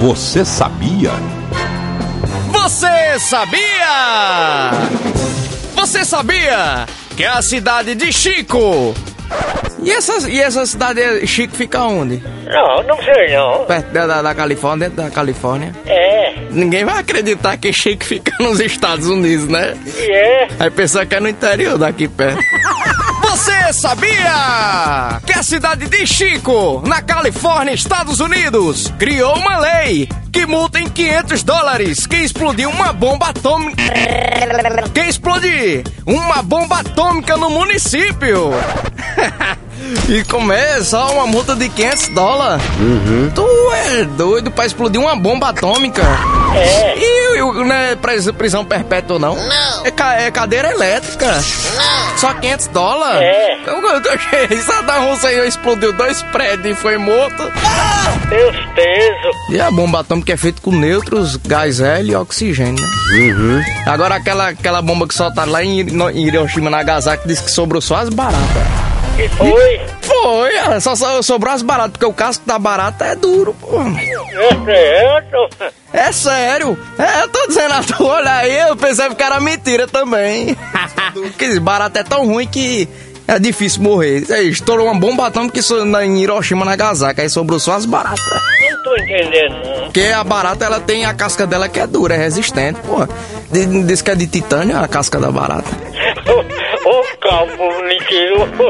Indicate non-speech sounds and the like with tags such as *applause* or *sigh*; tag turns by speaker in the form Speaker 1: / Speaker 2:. Speaker 1: Você sabia?
Speaker 2: Você sabia? Você sabia que é a cidade de Chico. E essa, e essa cidade de Chico fica onde?
Speaker 3: Não, não sei não.
Speaker 2: Perto da, da- da Califórnia, dentro da Califórnia.
Speaker 3: É,
Speaker 2: Ninguém vai acreditar que Chico fica *laughs* nos Estados Unidos, né?
Speaker 3: e é.
Speaker 2: Aí pensar que é no interior daqui perto. Você sabia que a cidade de Chico, na Califórnia, Estados Unidos, criou uma lei que multa em 500 dólares quem explodir uma bomba atômica. Quem explodir uma bomba atômica no município. E comer só uma multa de 500 dólares. Tu é doido pra explodir uma bomba atômica? É. E o- o- não é pres- prisão perpétua, não? Não. É, ca- é cadeira elétrica. Não. Só 500 dólares?
Speaker 3: É.
Speaker 2: Eu, eu, eu, Saddam Hussein explodiu dois prédios e foi morto.
Speaker 3: Meus pesos.
Speaker 2: E a bomba atômica é feita com neutros, gás hélio e oxigênio, né? Agora aquela, aquela bomba que soltaram lá em, Hiro- em Hiroshima, Nagasaki, disse que sobrou só as baratas.
Speaker 3: E foi.
Speaker 2: Foi, ela só, só sobrou as baratas, porque o casco da barata é duro, pô.
Speaker 3: Certo.
Speaker 2: É sério. É, eu tô dizendo *laughs* a tu, olha aí, eu percebo que era mentira também. Porque barata é tão ruim que é difícil morrer. Isso aí, Estourou uma bomba atômica so- na- em Hiroshima, Nagasaki, aí sobrou só as baratas.
Speaker 3: Não tô entendendo. *laughs* não.
Speaker 2: Porque a barata, ela tem a casca dela que é dura, é resistente, pô. Diz, diz que é de titânio a casca da barata.
Speaker 3: Ô, calmo, mentiroso.